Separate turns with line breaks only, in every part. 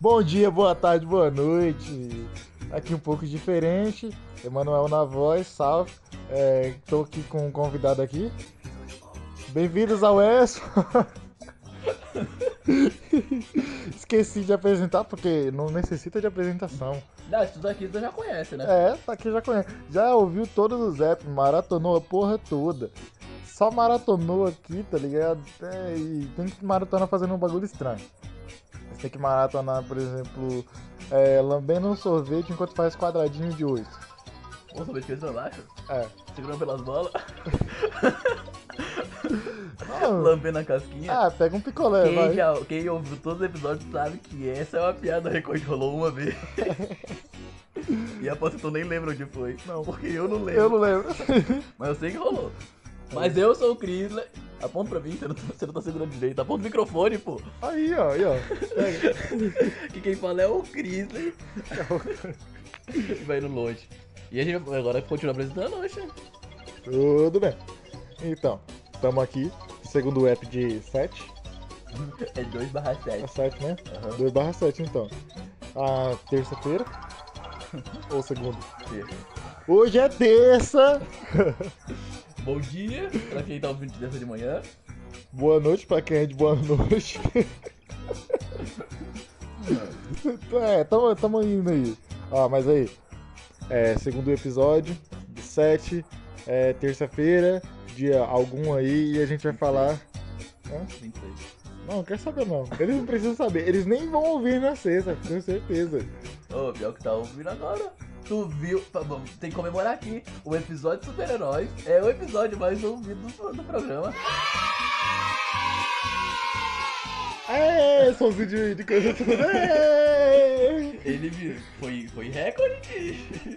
Bom dia, boa tarde, boa noite. Aqui um pouco diferente. Emanuel na voz, salve. É, tô aqui com um convidado aqui. Bem-vindos ao ESPO. Esqueci de apresentar porque não necessita de apresentação.
Não, isso tudo aqui tu já conhece, né?
É, tá aqui já conhece. Já ouviu todos os apps, maratonou a porra toda. Só maratonou aqui, tá ligado? É, e tem que maratonar fazendo um bagulho estranho. Você tem que maratonar, por exemplo, é, lambendo um sorvete enquanto faz quadradinho de oito.
Ou sobre que pra baixo,
É.
segurando pelas bolas,
Não,
lambendo a casquinha.
ah, pega um picolé,
quem,
vai.
já, quem ouviu todos os episódios sabe que essa é uma piada recorde rolou uma vez. e aposto que tu nem lembra onde foi.
Não.
Porque eu não lembro.
Eu não É. lembro.
Mas eu sei que rolou. Mas eu sou o Crisler. Aponta pra mim, você não, tá, você não tá segurando direito. Aponta o microfone, pô.
Aí, ó, aí, ó. Pega.
Que quem fala é o Crisler.
É
Vai indo longe. E a gente vai- agora continua apresentando, né, oxe.
Tudo bem. Então, estamos aqui. Segundo o app de 7.
É 2 barra
É
7.
7, né? 2 barra 7, então. A terça-feira. Ou segunda. Hoje é terça.
Bom dia pra quem tá ouvindo dessa de manhã.
Boa noite pra quem é de boa noite. é, tamo, tamo indo aí. Ó, mas aí. É, segundo episódio de 7. É, terça-feira, dia algum aí, e a gente vai falar.
Vinte e seis.
Não, quer saber não. Eles não precisam saber. Eles nem vão ouvir na sexta, tenho certeza.
Ô, pior que tá ouvindo agora. Tu viu, tá bom, tem que comemorar aqui. O episódio de super-heróis é o episódio mais ouvido do, do programa.
É, somzinho de, de coisa toda. É,
Ele vi- foi, foi recorde. de-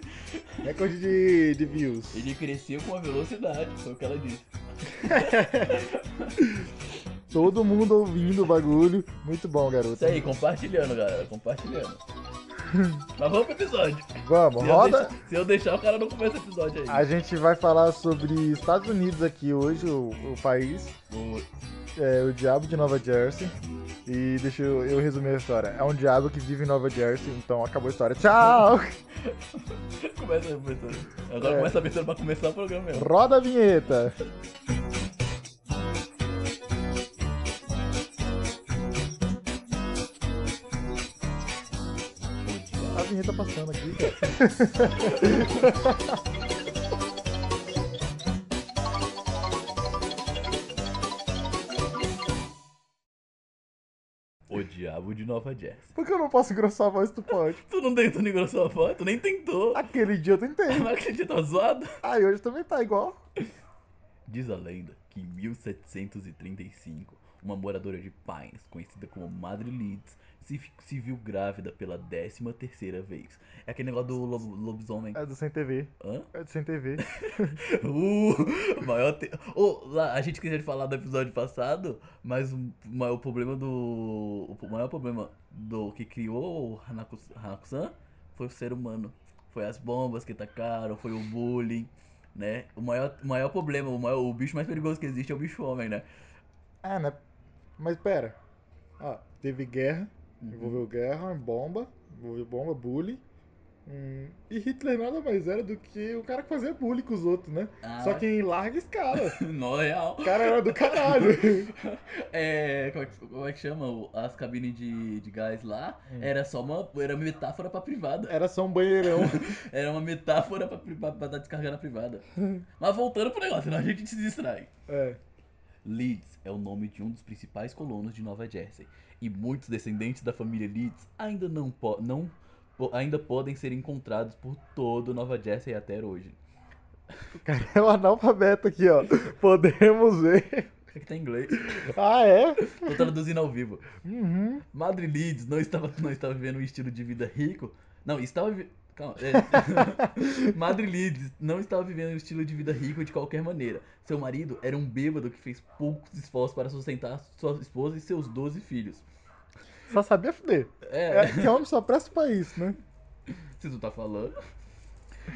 Recorde de, de views.
Ele cresceu com uma velocidade, foi o que ela disse.
Todo mundo ouvindo o bagulho. Muito bom, garoto.
Isso aí, compartilhando, galera, compartilhando. Mas vamos pro episódio.
Vamos,
Se eu,
roda.
deixar, se eu deixar, o cara não começa o episódio aí.
A gente vai falar sobre Estados Unidos aqui hoje, o, o país,
O-
é, o diabo de Nova Jersey. E deixa eu, eu resumir a história. É um diabo que vive em Nova Jersey, então acabou a história. Tchau!
Começa a abertura. Agora
É.
começa a abertura pra começar o programa mesmo.
Roda a vinheta! A vinheta passando aqui, cara.
O diabo de Nova Jersey.
Por que eu não posso engrossar a voz do pote?
Tu não tentou nem grossar a voz, tu nem tentou.
Aquele dia eu tentei.
Não acredito, tá zoado?
Aí hoje também tá igual.
Diz a lenda que em 1735, uma moradora de Pines, conhecida como Madre Leeds, se, fi- se viu grávida pela 13 terceira vez. É aquele negócio do lo- lobisomem.
É do Sem TV.
Hã?
É do Sem TV.
Uh, maior te... Ô, lá, a gente queria falar do episódio passado, mas o maior problema do. O maior problema do que criou o Hanako- Hanako-san foi o ser humano. Foi as bombas que tacaram, foi o bullying, né? O maior, o maior problema, o, maior, o bicho mais perigoso que existe é o bicho homem, né?
Ah, né? Mas pera. Ó, teve guerra, envolveu guerra, bomba, envolveu bomba, bullying. Hum, e Hitler nada mais era do que o cara que fazia bullying com os outros, né?
Ah,
Só que em larga escala.
Não, é real.
O cara era do caralho.
É, como é, que- como é que chama? o- As cabines de, de gás lá
Hum.
era só uma. Era uma metáfora pra privada.
Era só um banheirão.
Era uma metáfora pra, pri- pra, pra dar descarga na privada. Mas voltando pro negócio, senão a gente se distrai.
É.
Leeds é o nome de um dos principais colonos de Nova Jersey, e muitos descendentes da família Leeds ainda não, po não po- ainda podem ser encontrados por todo Nova Jersey até hoje.
O cara é um analfabeto aqui, ó. Podemos ver.
Isso aqui tá em inglês.
Ah, é?
Tô traduzindo ao vivo.
Uhum.
Madre Leeds não estava, não estava vivendo um estilo de vida rico. Não, estava. vi- Calma. É... Madre Leeds não estava vivendo um estilo de vida rico de qualquer maneira. Seu marido era um bêbado que fez poucos esforços para sustentar sua esposa e seus 12 filhos.
Só sabia fuder.
É,
É, que homem só presta pra isso, né?
vocês não tá falando?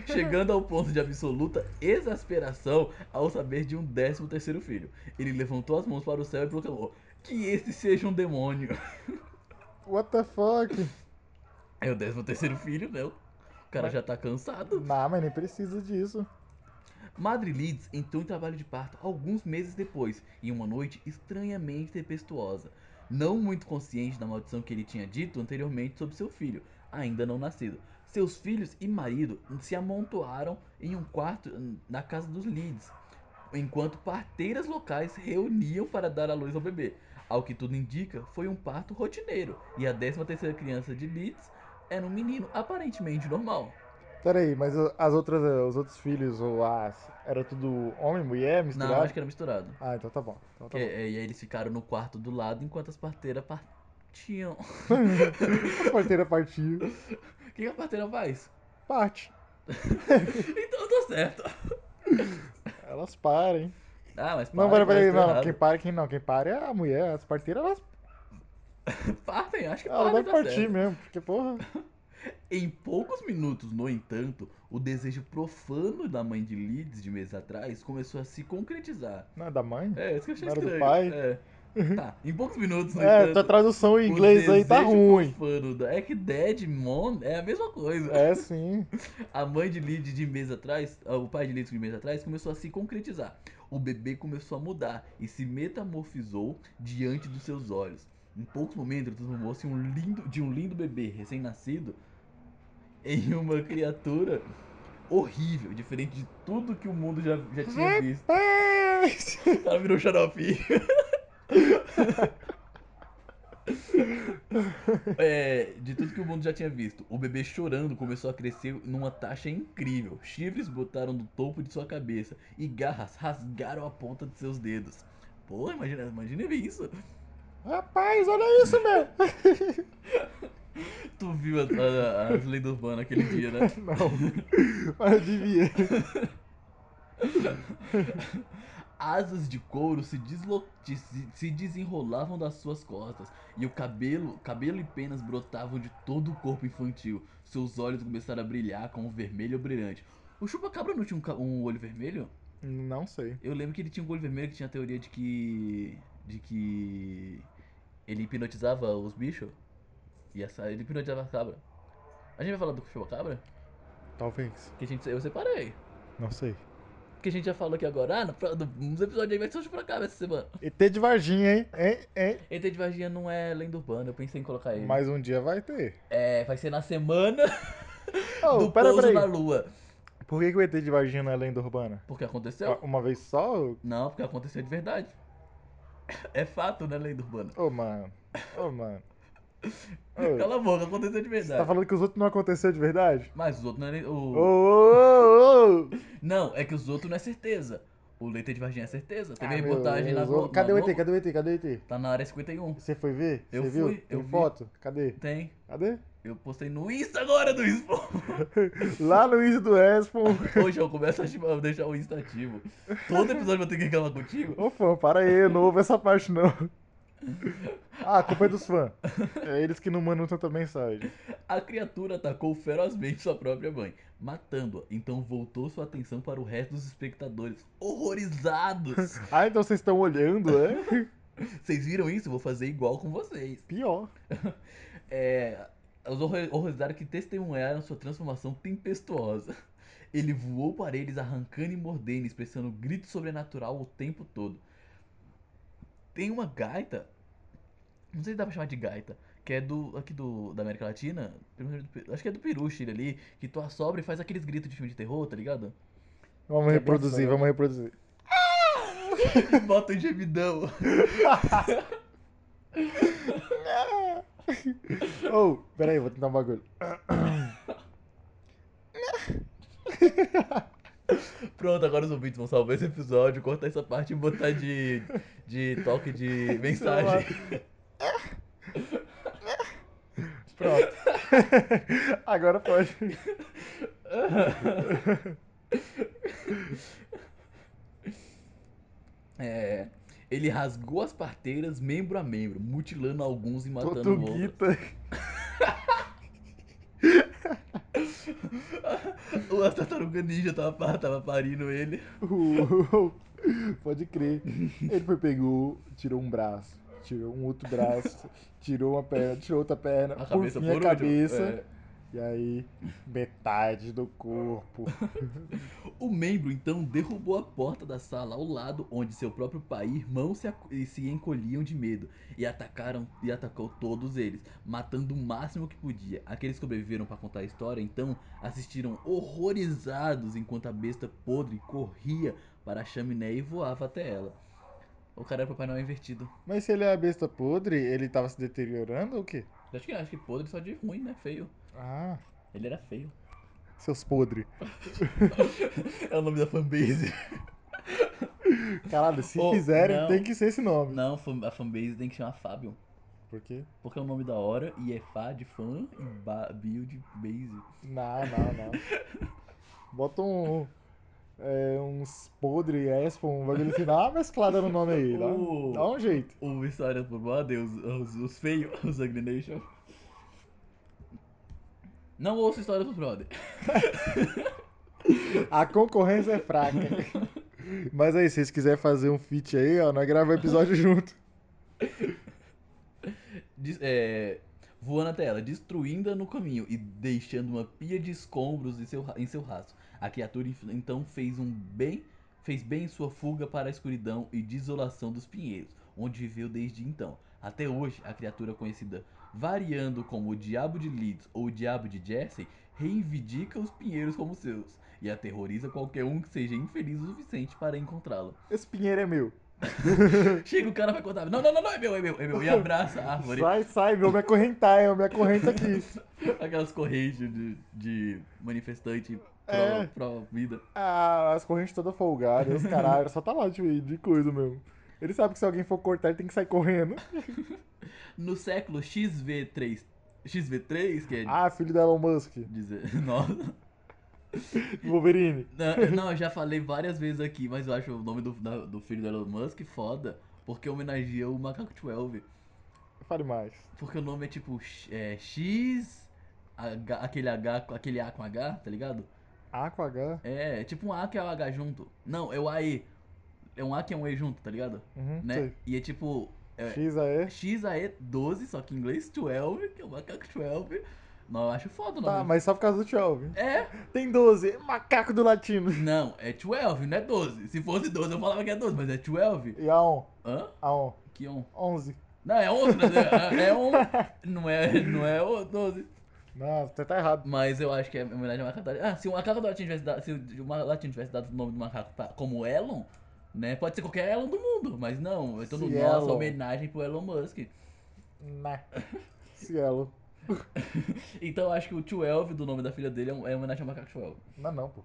Chegando ao ponto de absoluta exasperação ao saber de um décimo terceiro filho. Ele levantou as mãos para o céu e proclamou: Que esse seja um demônio.
What the fuck?
É o décimo terceiro filho, né? O cara já tá cansado.
Não, mas nem precisa disso.
Madre Leeds entrou em trabalho de parto alguns meses depois, em uma noite estranhamente tempestuosa. Não muito consciente da maldição que ele tinha dito anteriormente sobre seu filho, ainda não nascido. Seus filhos e marido se amontoaram em um quarto na casa dos Leeds, enquanto parteiras locais reuniam para dar à luz ao bebê. Ao que tudo indica, foi um parto rotineiro, e a 13 terceira criança de Leeds era um menino aparentemente normal.
Peraí, mas as outras, eh, os outros filhos ou as. Era tudo homem, mulher, misturado?
Não, acho que era misturado.
Ah, então tá bom. Então tá
É,
bom.
é, e aí eles ficaram no quarto do lado enquanto as parteiras partiam.
A parteira partiu.
O que que a parteira faz?
Parte.
Então tá certo.
Elas parem.
Ah, mas
Não,
para,
peraí, peraí.
mas tá
Não,
errado.
quem para, quem não. Quem para é a mulher. As parteiras, elas,
Partem, acho que
elas devem
partem, tá
Ah, partir
certo.
mesmo. Porque, porra.
Em poucos minutos, no entanto, o desejo profano da mãe de Leeds de meses atrás começou a se concretizar.
Não é da mãe?
É, isso que eu achei
Não era do
estranho.
pai? Uhum.
É. Tá, em poucos minutos, no
É, tua
entanto,
tradução em
o
inglês aí tá
desejo
ruim.
profano da- É que Dead Mom é a mesma coisa.
É, sim.
A mãe de Lid de meses atrás, ah, o pai de Lid de meses atrás, começou a se concretizar. O bebê começou a mudar e se metamorfisou diante dos seus olhos. Em poucos momentos, transformou-se um lindo- de um lindo bebê recém-nascido em uma criatura horrível, diferente de tudo que o mundo já, já tinha visto.
É.
O cara virou xarope. É, de tudo que o mundo já tinha visto, o bebê chorando começou a crescer numa taxa incrível. Chifres botaram do topo de sua cabeça e garras rasgaram a ponta de seus dedos. Pô, imagina, imagina ver isso.
Rapaz, olha isso, meu.
Tu viu as, a- as lendas urbanas aquele dia, né?
Não. Mas eu devia.
Asas de couro se, deslo- de- se- se desenrolavam das suas costas e o cabelo, cabelo e penas brotavam de todo o corpo infantil. Seus olhos começaram a brilhar com um vermelho brilhante. O chupacabra não tinha um, ca- um olho vermelho?
Não sei.
Eu lembro que ele tinha um olho vermelho que tinha a teoria de que de que ele hipnotizava os bichos e essa ele hipnotizava a cabra. A gente vai falar do chupacabra?
Talvez.
Que a gente eu separei.
Não sei. que
Que a gente já falou aqui agora, ah, no, pro- nos episódios aí vai ser o chupacabra essa semana.
ET de Varginha, hein? Hein? Hein?
ET de Varginha não é lenda urbana, eu pensei em colocar ele.
Mas um dia vai ter.
É, vai ser na semana
Oh,
do
pera,
pouso
peraí.
na lua.
Por que, que o ET de Varginha não é lenda urbana?
Porque aconteceu?
Uma vez só?
Não, porque aconteceu de verdade. É fato, né, lenda urbana?
Ô, mano. Ô, mano. Ô,
Cala a boca, aconteceu
você
de
tá
verdade.
falando que os outros não aconteceu de verdade?
Mas os outros não é lenda...
Ô,
o-
ô, ô, ô.
Não, é que os outros não é certeza. O leite de Varginha é certeza. Teve
Ah, meu
reportagem na
Deus,
Globo.
ô. Cadê
na
o ET?
Globo.
Cadê o ET? Cadê o ET?
Tá na área 51.
Você foi ver?
Eu
Você viu?
fui, eu
Tem
vi.
foto? Cadê?
Tem.
Cadê?
Eu postei no Insta agora do Expo.
Lá no Easy do Expo.
Hoje eu começo a ativar- a deixar o Insta ativo. Todo episódio eu vou ter que reclamar contigo.
Ô, fã, para aí, eu não ouve essa parte não. Ah, a culpa é dos fãs. É eles que não mandam tanta mensagem.
A criatura atacou ferozmente sua própria mãe, matando-a. Então voltou sua atenção para o resto dos espectadores, horrorizados.
Ah, então vocês estão olhando, é?
Vocês viram isso? Vou fazer igual com vocês.
Pior.
É, os horror- horrorizados que testemunharam sua transformação tempestuosa. Ele voou para eles, arrancando e mordendo, expressando grito sobrenatural o tempo todo. Tem uma gaita, não sei se dá pra chamar de gaita, que é do aqui do, da América Latina, acho que é do Peru, Chile ali, que tu assopra e faz aqueles gritos de filme de terror, tá ligado?
Vamos
Que
reproduzir, vamos
abraçado.
reproduzir.
E bota um gemidão.
Ô, oh, peraí, vou tentar um bagulho.
Pronto, agora os ouvintes vão salvar esse episódio, cortar essa parte e botar de, de toque de mensagem.
Pronto. Agora pode.
É, ele rasgou as parteiras membro a membro, mutilando alguns e matando outros.
Tortuguita.
O a tartaruga ninja tava, pa- tava parindo ele.
Uou. Pode crer. Ele foi, pegou, tirou um braço. tirou um outro braço, tirou uma perna, tirou outra perna,
A
por
cabeça
fim
por
a
último.
cabeça,
É.
e aí metade do corpo.
O membro então derrubou a porta da sala ao lado onde seu próprio pai e irmão se, ac- e se encolhiam de medo e atacaram e atacou todos eles, matando o máximo que podia. Aqueles que sobreviveram para contar a história então assistiram horrorizados enquanto a besta podre corria para a chaminé e voava até ela. O cara era Papai Noel invertido.
Mas se ele é a besta podre, ele tava se deteriorando ou o quê?
Acho que acho que podre só de ruim, né? Feio.
Ah,
Ele era feio.
seus podres.
É o nome da fanbase.
Caralho, se
Oh,
fizerem,
não.
tem que ser esse nome.
Não, fan- a fanbase tem que chamar Fábio.
Por quê?
Porque é o nome da hora e é Fá de fã e ba, Bio de base.
Não, não, não. Bota um. é, uns podre, espo, um bagulho assim, dá uma mesclada no nome aí. Dá,
Uh.
dá um jeito.
O História por Brother, os, os, os feios, os Ugly Nation. Não ouça História por Brother.
A concorrência é fraca. Mas aí, se vocês quiserem fazer um feat aí, ó, nós gravamos um episódio junto.
Des, é, voando até ela, destruindo-a no caminho e deixando uma pia de escombros em seu, ra- em seu rastro. A criatura inf- então fez um bem, fez bem sua fuga para a escuridão e desolação dos pinheiros, onde viveu desde então. Até hoje, a criatura conhecida variando como o Diabo de Leeds ou o Diabo de Jesse reivindica os pinheiros como seus e aterroriza qualquer um que seja infeliz o suficiente para encontrá-lo.
Esse pinheiro é meu.
Chega o cara vai contar, não, não, não, não, é meu, é meu, é meu, e abraça a árvore.
Sai, sai, meu, me acorrentar, eu me acorrento aqui.
Aquelas correntes de, de manifestante pro,
É.
pro vida.
Ah, as correntes todas folgadas, os caralho, só tá lá de, de coisa mesmo. Ele sabe que se alguém for cortar, ele tem que sair correndo.
No século XV3. XV3, que é
Ah, filho da Elon Musk,
dizer. Nossa.
Wolverine.
Não, eu- não, eu já falei várias vezes aqui, mas eu acho o nome do, da- do filho do Elon Musk foda. Porque homenageia o Macaco 12.
Fale mais.
Porque o nome é tipo X- é, X. H- aquele H, com- aquele A com H, tá ligado?
A com H.
É, é tipo um A que é o H junto. Não, é o AE. É um A que é um E junto, tá ligado?
Uhum,
Né?
sei.
E é tipo. É,
X aí.
XAE 12, só que em inglês 12, que é o macaco 12. Não, eu acho foda é o nome.
Tá, mas só por causa do 12.
É,
Tem 12, macaco do latino.
não, é 12, não é 12. Se fosse 12, eu falava que é 12, mas é 12.
E a on,
Hã?
a on,
Que on?
11.
Não, é 11, mas é, é um. Não é, não é o 12.
Não, você tá errado.
Mas eu acho que é em homenagem ao macaco da Ah, se o macaco da latim tivesse dado. Se o ma- latim tivesse dado o nome do macaco pra- como Elon, né? Pode ser qualquer Elon do mundo, mas não. É todo
Se
nossa
Elon.
homenagem pro Elon Musk.
Né. Cielo.
Então eu acho que o 12 do nome da filha dele é um- é em homenagem ao macaco 12.
Não, é não, pô.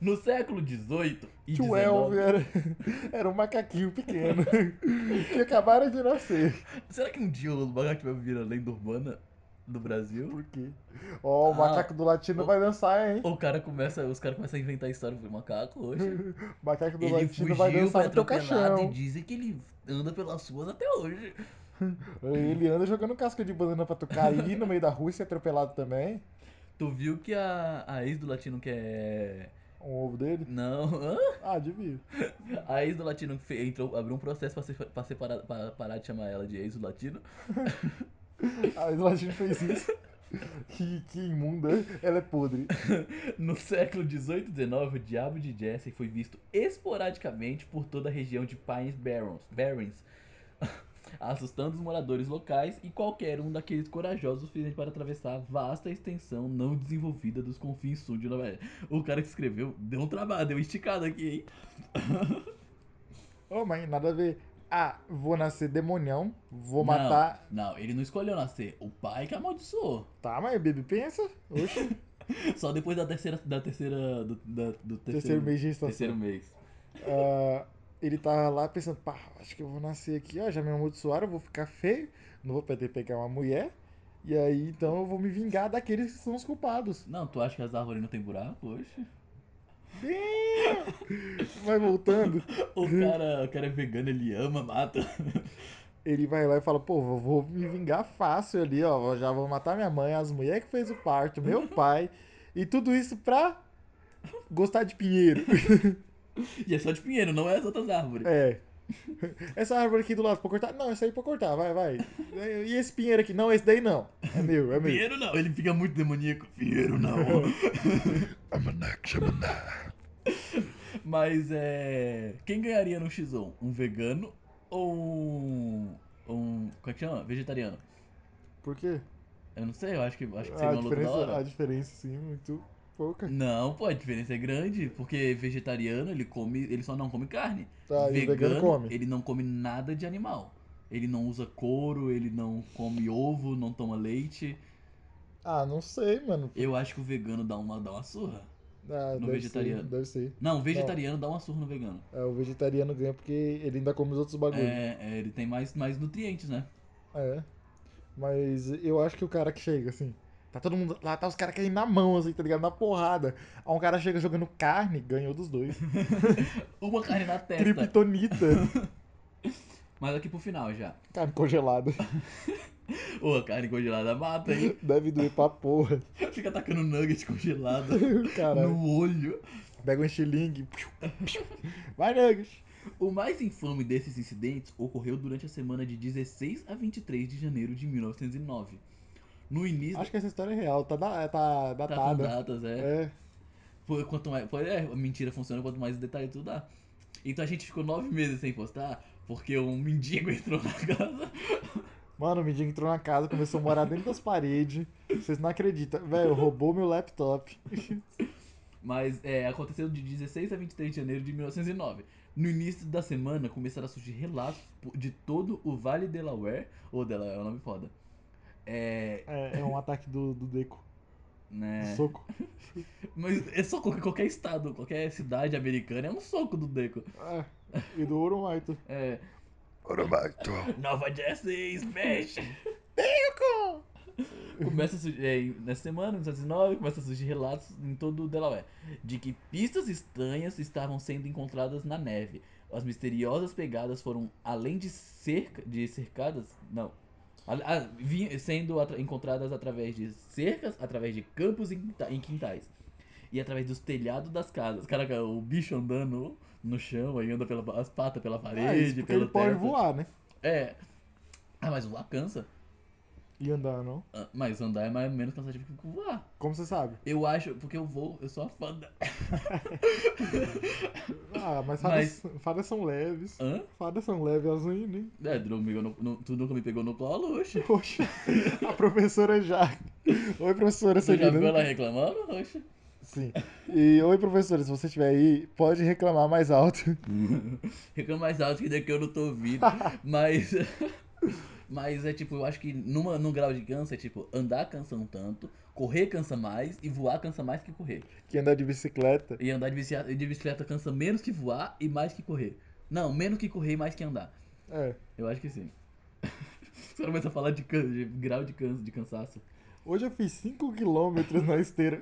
No século XVIII e
12
XIX,
era, era um macaquinho pequeno que acabaram de nascer.
será que um dia o macaco vai virar lenda urbana do Brasil?
Por quê? Ó, o
Ah,
macaco do latino
o-
vai dançar, hein?
O cara começa, os caras começam a inventar história pro macaco hoje.
O macaco do
Ele
latino vai
fugiu,
dançar
foi
no teu
atropelado e
caixão.
dizem que ele anda pelas ruas até hoje.
Ele anda jogando casca de banana pra tu cair no meio da rua e ser atropelado também.
Tu viu que a, a ex do latino que é...
Um ovo dele.
Não, hã?
Ah, devia.
A ex do latino que fe- entrou, abriu um processo pra, se, pra, separar, pra parar de chamar ela de ex do latino.
A Ah, latino fez isso. Que, que imunda. Ela é podre.
No século 18 e 19, o diabo de Jesse foi visto esporadicamente por toda a região de Pines Barrens, Barrens, assustando os moradores locais e qualquer um daqueles corajosos o suficiente para atravessar a vasta extensão não desenvolvida dos confins sul de Nova York. O cara que escreveu deu um trabalho, deu uma esticada aqui, hein?
Ô, mãe, nada a ver. Ah, vou nascer demonião, vou matar.
Não, ele não escolheu nascer, o pai que amaldiçoou.
Tá, mas baby, pensa. Oxe,
Só depois da terceira. Da terceira do, da- do
terceiro
terceiro,
mês de gestação.
terceiro mês.
Ah, ele tava lá pensando, pá, acho que eu vou nascer aqui, ó, já me amaldiçoaram, eu vou ficar feio, não vou poder pegar uma mulher, e aí então eu vou me vingar daqueles que são os culpados.
Não, tu acha que as árvores não tem buraco? Oxe.
Vai voltando,
O cara, o cara é vegano, ele ama, mata.
ele vai lá e fala, pô, eu vou me vingar fácil ali, ó, já vou matar minha mãe, as mulheres que fez o parto, meu pai, e tudo isso pra gostar de pinheiro.
E é só de pinheiro, não é as outras árvores.
É, Essa árvore aqui do lado pra cortar? Não, essa aí pra cortar, vai, vai. E esse pinheiro aqui? Não, esse daí não. É meu, é meu.
Pinheiro não, ele fica muito demoníaco. Pinheiro não.
Almanac, almanac.
Mas é. Quem ganharia no X1? Um vegano ou um. um como é que chama? Vegetariano?
Por quê?
Eu não sei, eu acho que, acho que seria
A
uma luta da
diferença, é a
hora.
diferença, sim, muito pouca.
Não, pô, a diferença é grande, porque vegetariano ele come, ele só não come carne.
Tá, e o vegano come.
ele não come nada de animal. Ele não usa couro, ele não come ovo, não toma leite.
Ah, não sei, mano.
Eu acho que o vegano dá uma, dá uma surra.
Ah,
No
deve
vegetariano.
Ser, deve ser.
Não, o vegetariano dá uma surra no vegano.
É, o vegetariano ganha porque ele ainda come os outros bagulhos.
É, é, ele tem mais, mais nutrientes, né?
É. Mas eu acho que o cara que chega, assim. Tá todo mundo. Lá tá os caras caindo na mão, assim, tá ligado? Na porrada. Aí um cara chega jogando carne, ganhou dos dois.
Uma carne na testa.
Kryptonita.
Mas aqui pro final já.
Carne congelada.
Ô, a carne congelada mata, hein?
Deve doer pra porra.
Fica atacando nugget congelado
Caralho.
no olho.
Pega um estilingue. piu, piu. Vai, Nuggets.
O mais infame desses incidentes ocorreu durante a semana de 16 a 23 de janeiro de 1909. No início.
Acho que essa história é real. Tá, da- tá
tá com
datada.
datas, é.
é.
Foi, quanto mais, foi, é, a mentira funciona quanto mais detalhe tu dá. Então a gente ficou nove meses sem postar, porque um mendigo entrou na casa.
Mano, o mendigo entrou na casa, começou a morar dentro das paredes. Vocês não acreditam. Velho, roubou meu laptop.
Mas é, aconteceu de 16 a 23 de janeiro de 1909. No início da semana começaram a surgir relatos po- de todo o Vale Delaware, ou Delaware é um nome foda, é,
É, é um ataque do, do Deco. do
né?
Soco.
Mas é só qualquer, qualquer estado, qualquer cidade americana é um soco do Deco.
É. E do Ouro Maito.
É,
Ouro Maito.
Nova Jersey, smash! Começa a surgir, é, nessa semana, em 1909, começa a surgir relatos em todo o Delaware de que pistas estranhas estavam sendo encontradas na neve. As misteriosas pegadas foram além de cerca, de cercadas, não, a- a- vi- sendo atra- encontradas através de cercas, através de campos em, quinta- em quintais e através dos telhados das casas. Caraca, o bicho andando no chão, aí anda pela, as patas pela
Ah, isso
parede,
porque
pelo
ele pode
teto.
voar, né?
É. Ah, mas voar cansa.
E andar, não?
Ah, Mas andar é mais menos cansativo que voar.
Como você sabe?
Eu acho, porque eu vou, eu sou a fã da.
Ah, mas fadas, fadas são leves.
Hã?
Fadas são leves, elas não iam, né?
É, tu, não me pegou no- no- tu nunca me pegou no colo, oxe.
Poxa, a professora já. Oi, professora,
Você
você
já viu
ajuda?
ela reclamando, oxe?
Sim. E oi, professora, se você estiver aí, pode reclamar mais alto.
Reclama mais alto que daqui eu não tô ouvindo. Mas. Mas é tipo, eu acho que numa, num grau de cansa é tipo, andar cansa um tanto, correr cansa mais e voar cansa mais que correr.
Que andar de bicicleta.
E andar de bicicleta, de bicicleta cansa menos que voar e mais que correr. Não, menos que correr e mais que andar.
É.
Eu acho que sim. Você começa a falar de, can- de grau de, canso, de cansaço.
Hoje eu fiz 5km na esteira.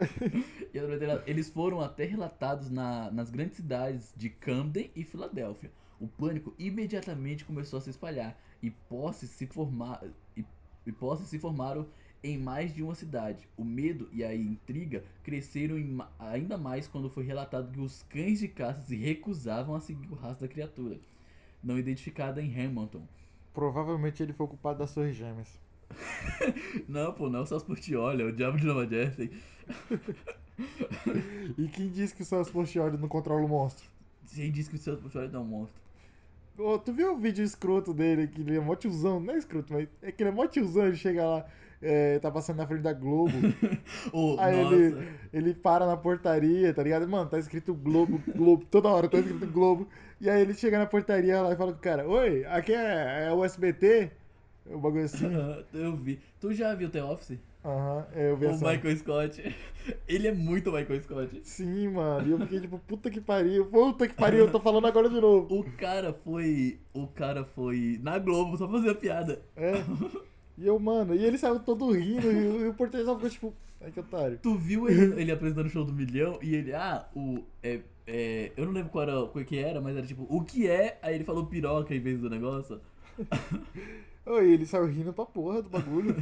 E outra coisa, Eles foram até relatados na- nas grandes cidades de Camden e Filadélfia. O pânico imediatamente começou a se espalhar e posses se, forma- e- e posses se formaram em mais de uma cidade. O medo e a intriga cresceram em ma- ainda mais quando foi relatado que os cães de caça se recusavam a seguir o rastro da criatura, não identificada em Hamilton.
Provavelmente ele foi culpado das suas gêmeas.
Não, pô, não é o Celso Portiolli, é o Diabo de Nova Jersey.
E quem disse que o Celso Portiolli não controla o monstro?
Quem disse que o Celso Portiolli não é um monstro?
Ô, tu viu o vídeo escroto dele, que ele é mó tiozão? Não é escroto, mas é que ele é mó tiozão, ele chega lá, é, tá passando na frente da Globo,
Oh,
Aí
nossa.
ele- ele para na portaria, tá ligado? Mano, tá escrito Globo, Globo, toda hora tá escrito Globo. E aí ele chega na portaria lá e fala com o cara, oi, aqui é, é o SBT? O bagulho assim.
Eu vi. Tu já viu The Office?
Aham, é, eu vi
O
essa.
Michael Scott. Ele é muito Michael Scott.
Sim, mano. E eu fiquei tipo, puta que pariu, puta que pariu, eu tô falando agora de novo.
O cara foi. O cara foi na Globo só fazer a piada.
É. E eu, mano, e ele saiu todo rindo, e o, e o português só ficou tipo, ai que otário.
Tu viu ele, ele apresentando o show do milhão e ele, ah, o. É, é, eu não lembro qual era o que era, mas era tipo, o que é? Aí ele falou piroca em vez do negócio.
Ô, E ele saiu rindo pra porra do bagulho.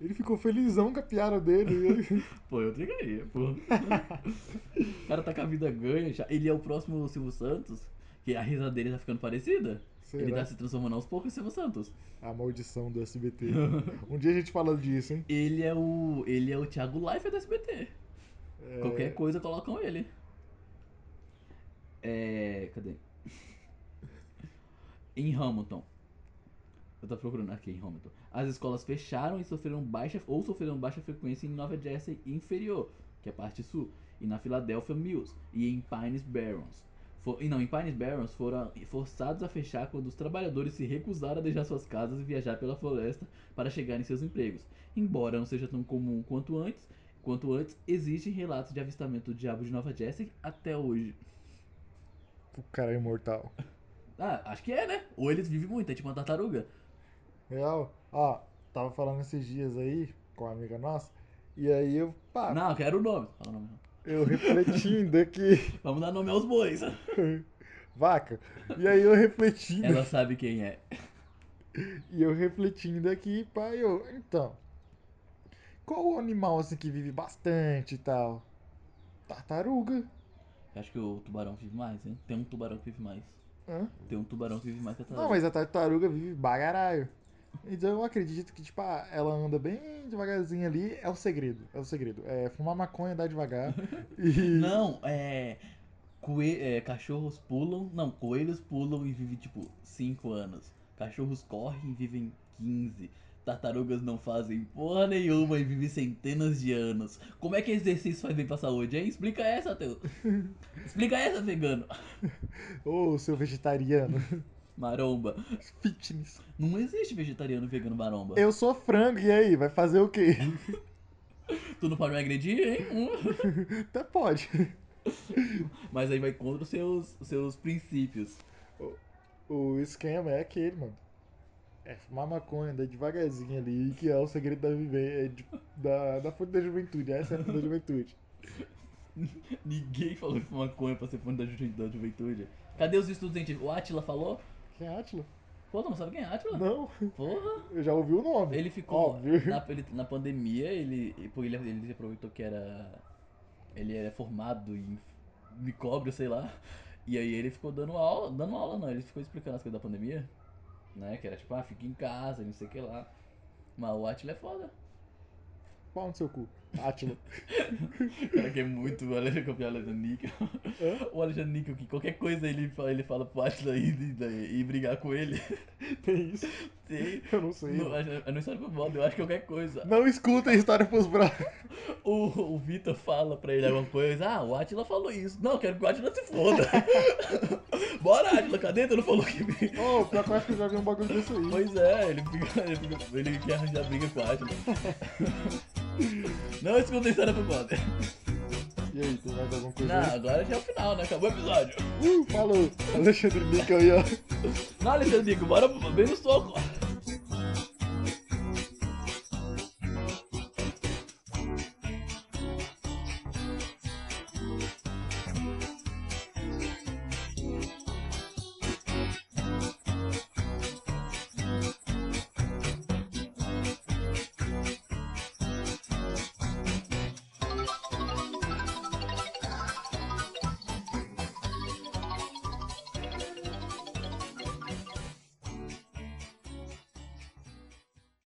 Ele ficou felizão com a piada dele.
Pô, eu ligaria, pô. o cara tá com a vida ganha já. Ele é o próximo Silvio Santos. Que a risada dele tá ficando parecida.
Será?
Ele tá se transformando aos poucos em Silvio Santos.
A maldição do SBT. um dia a gente fala disso, hein?
Ele é o. Ele é o Thiago Life do SBT.
É,
Qualquer coisa colocam ele. É. Cadê? em Hamilton. Eu tô procurando aqui em Hamilton. As escolas fecharam e sofreram baixa ou sofreram baixa frequência em Nova Jersey inferior, que é a parte sul, e na Philadelphia Mills e em Pines Barrens. For, e não, em Pines Barrens foram forçados a fechar quando os trabalhadores se recusaram a deixar suas casas e viajar pela floresta para chegar em seus empregos. Embora não seja tão comum quanto antes, Quanto antes, existem relatos de avistamento do diabo de Nova Jersey até hoje.
O cara é imortal.
Ah, acho que é, né? Ou eles vivem muito, é tipo uma tartaruga.
Real? Ó, tava falando esses dias aí com uma amiga nossa. E aí eu, pá,
Não, eu quero o nome. Fala o nome.
eu refletindo aqui.
Vamos dar nome aos bois.
Vaca. E aí eu refletindo.
Ela sabe quem é.
E eu refletindo aqui, pá, e eu. Então. Qual o animal assim que vive bastante e tal? Tartaruga.
Acho que o tubarão vive mais, hein? Tem um tubarão que vive mais.
Hã?
Tem um tubarão que vive mais que a
Não,
tartaruga.
mas a tartaruga vive bagaralho. Então eu acredito que, tipo, ah, ela anda bem devagarzinho ali. É o segredo. É o segredo. É fumar maconha, andar devagar. E.
Não, é... coe- é, Cachorros pulam... Não, coelhos pulam e vivem, tipo, 5 anos. Cachorros correm e vivem 15. Tartarugas não fazem porra nenhuma e vivem centenas de anos. Como é que exercício faz bem pra saúde, hein? Explica essa, teu. Explica essa, vegano.
Ô, seu vegetariano.
Maromba.
Fitness.
Não existe vegetariano vegano maromba.
Eu sou frango, e aí? Vai fazer o quê?
Tu não pode me agredir, hein? Hum.
Até pode.
Mas aí vai contra os seus, os seus princípios.
O esquema é aquele, mano. É fumar maconha, andar devagarzinho ali, que é o segredo da viver, é de- da, da fonte da juventude. Essa é a fonte da juventude.
Ninguém falou de maconha pra ser fonte da ju- da juventude. Cadê os estudos científicos? O Atila falou?
Quem é Átila?
Pô, tu não sabe quem é Atila?
Não,
Porra!
eu já ouvi o nome.
Ele ficou.
Óbvio.
Na, ele- na pandemia, ele, pô, ele, ele aproveitou que era. Ele era formado em micróbio, sei lá. E aí ele ficou dando aula. Dando aula não, ele ficou explicando as coisas da pandemia. Né? Que era tipo, ah, fica em casa, não sei o que lá. Mas o Atila é foda.
Pau no seu cu. Átila.
O cara que é muito. O Alexandre campeão Alexandre Níquel.
Hã?
O Alexandre Níquel, que qualquer coisa ele fala, ele fala pro Atila ir, ir, ir brigar com ele.
Tem isso?
Tem.
Eu não sei.
No, eu não é. sei pro modo, eu acho que qualquer coisa.
Não escutem história pros brothers.
O, o Vitor fala pra ele alguma coisa. Ah, o Atila falou isso. Não, quero que o Atila se foda. Bora, Atila, cadê? Tu não falou que.
Ô, pior que eu acho que eu já vi um bagulho desse aí.
Pois é, ele, fica, ele, fica, ele quer arranjar briga com o Atila. Não escuta a história pro brother.
E aí, tem mais alguma coisa?
Não, agora já é o final, né? Acabou o episódio.
aí? Uh, falou. Alexandre Nickel aí, ó.
Não, Alexandre, Nico, bora bem no soco.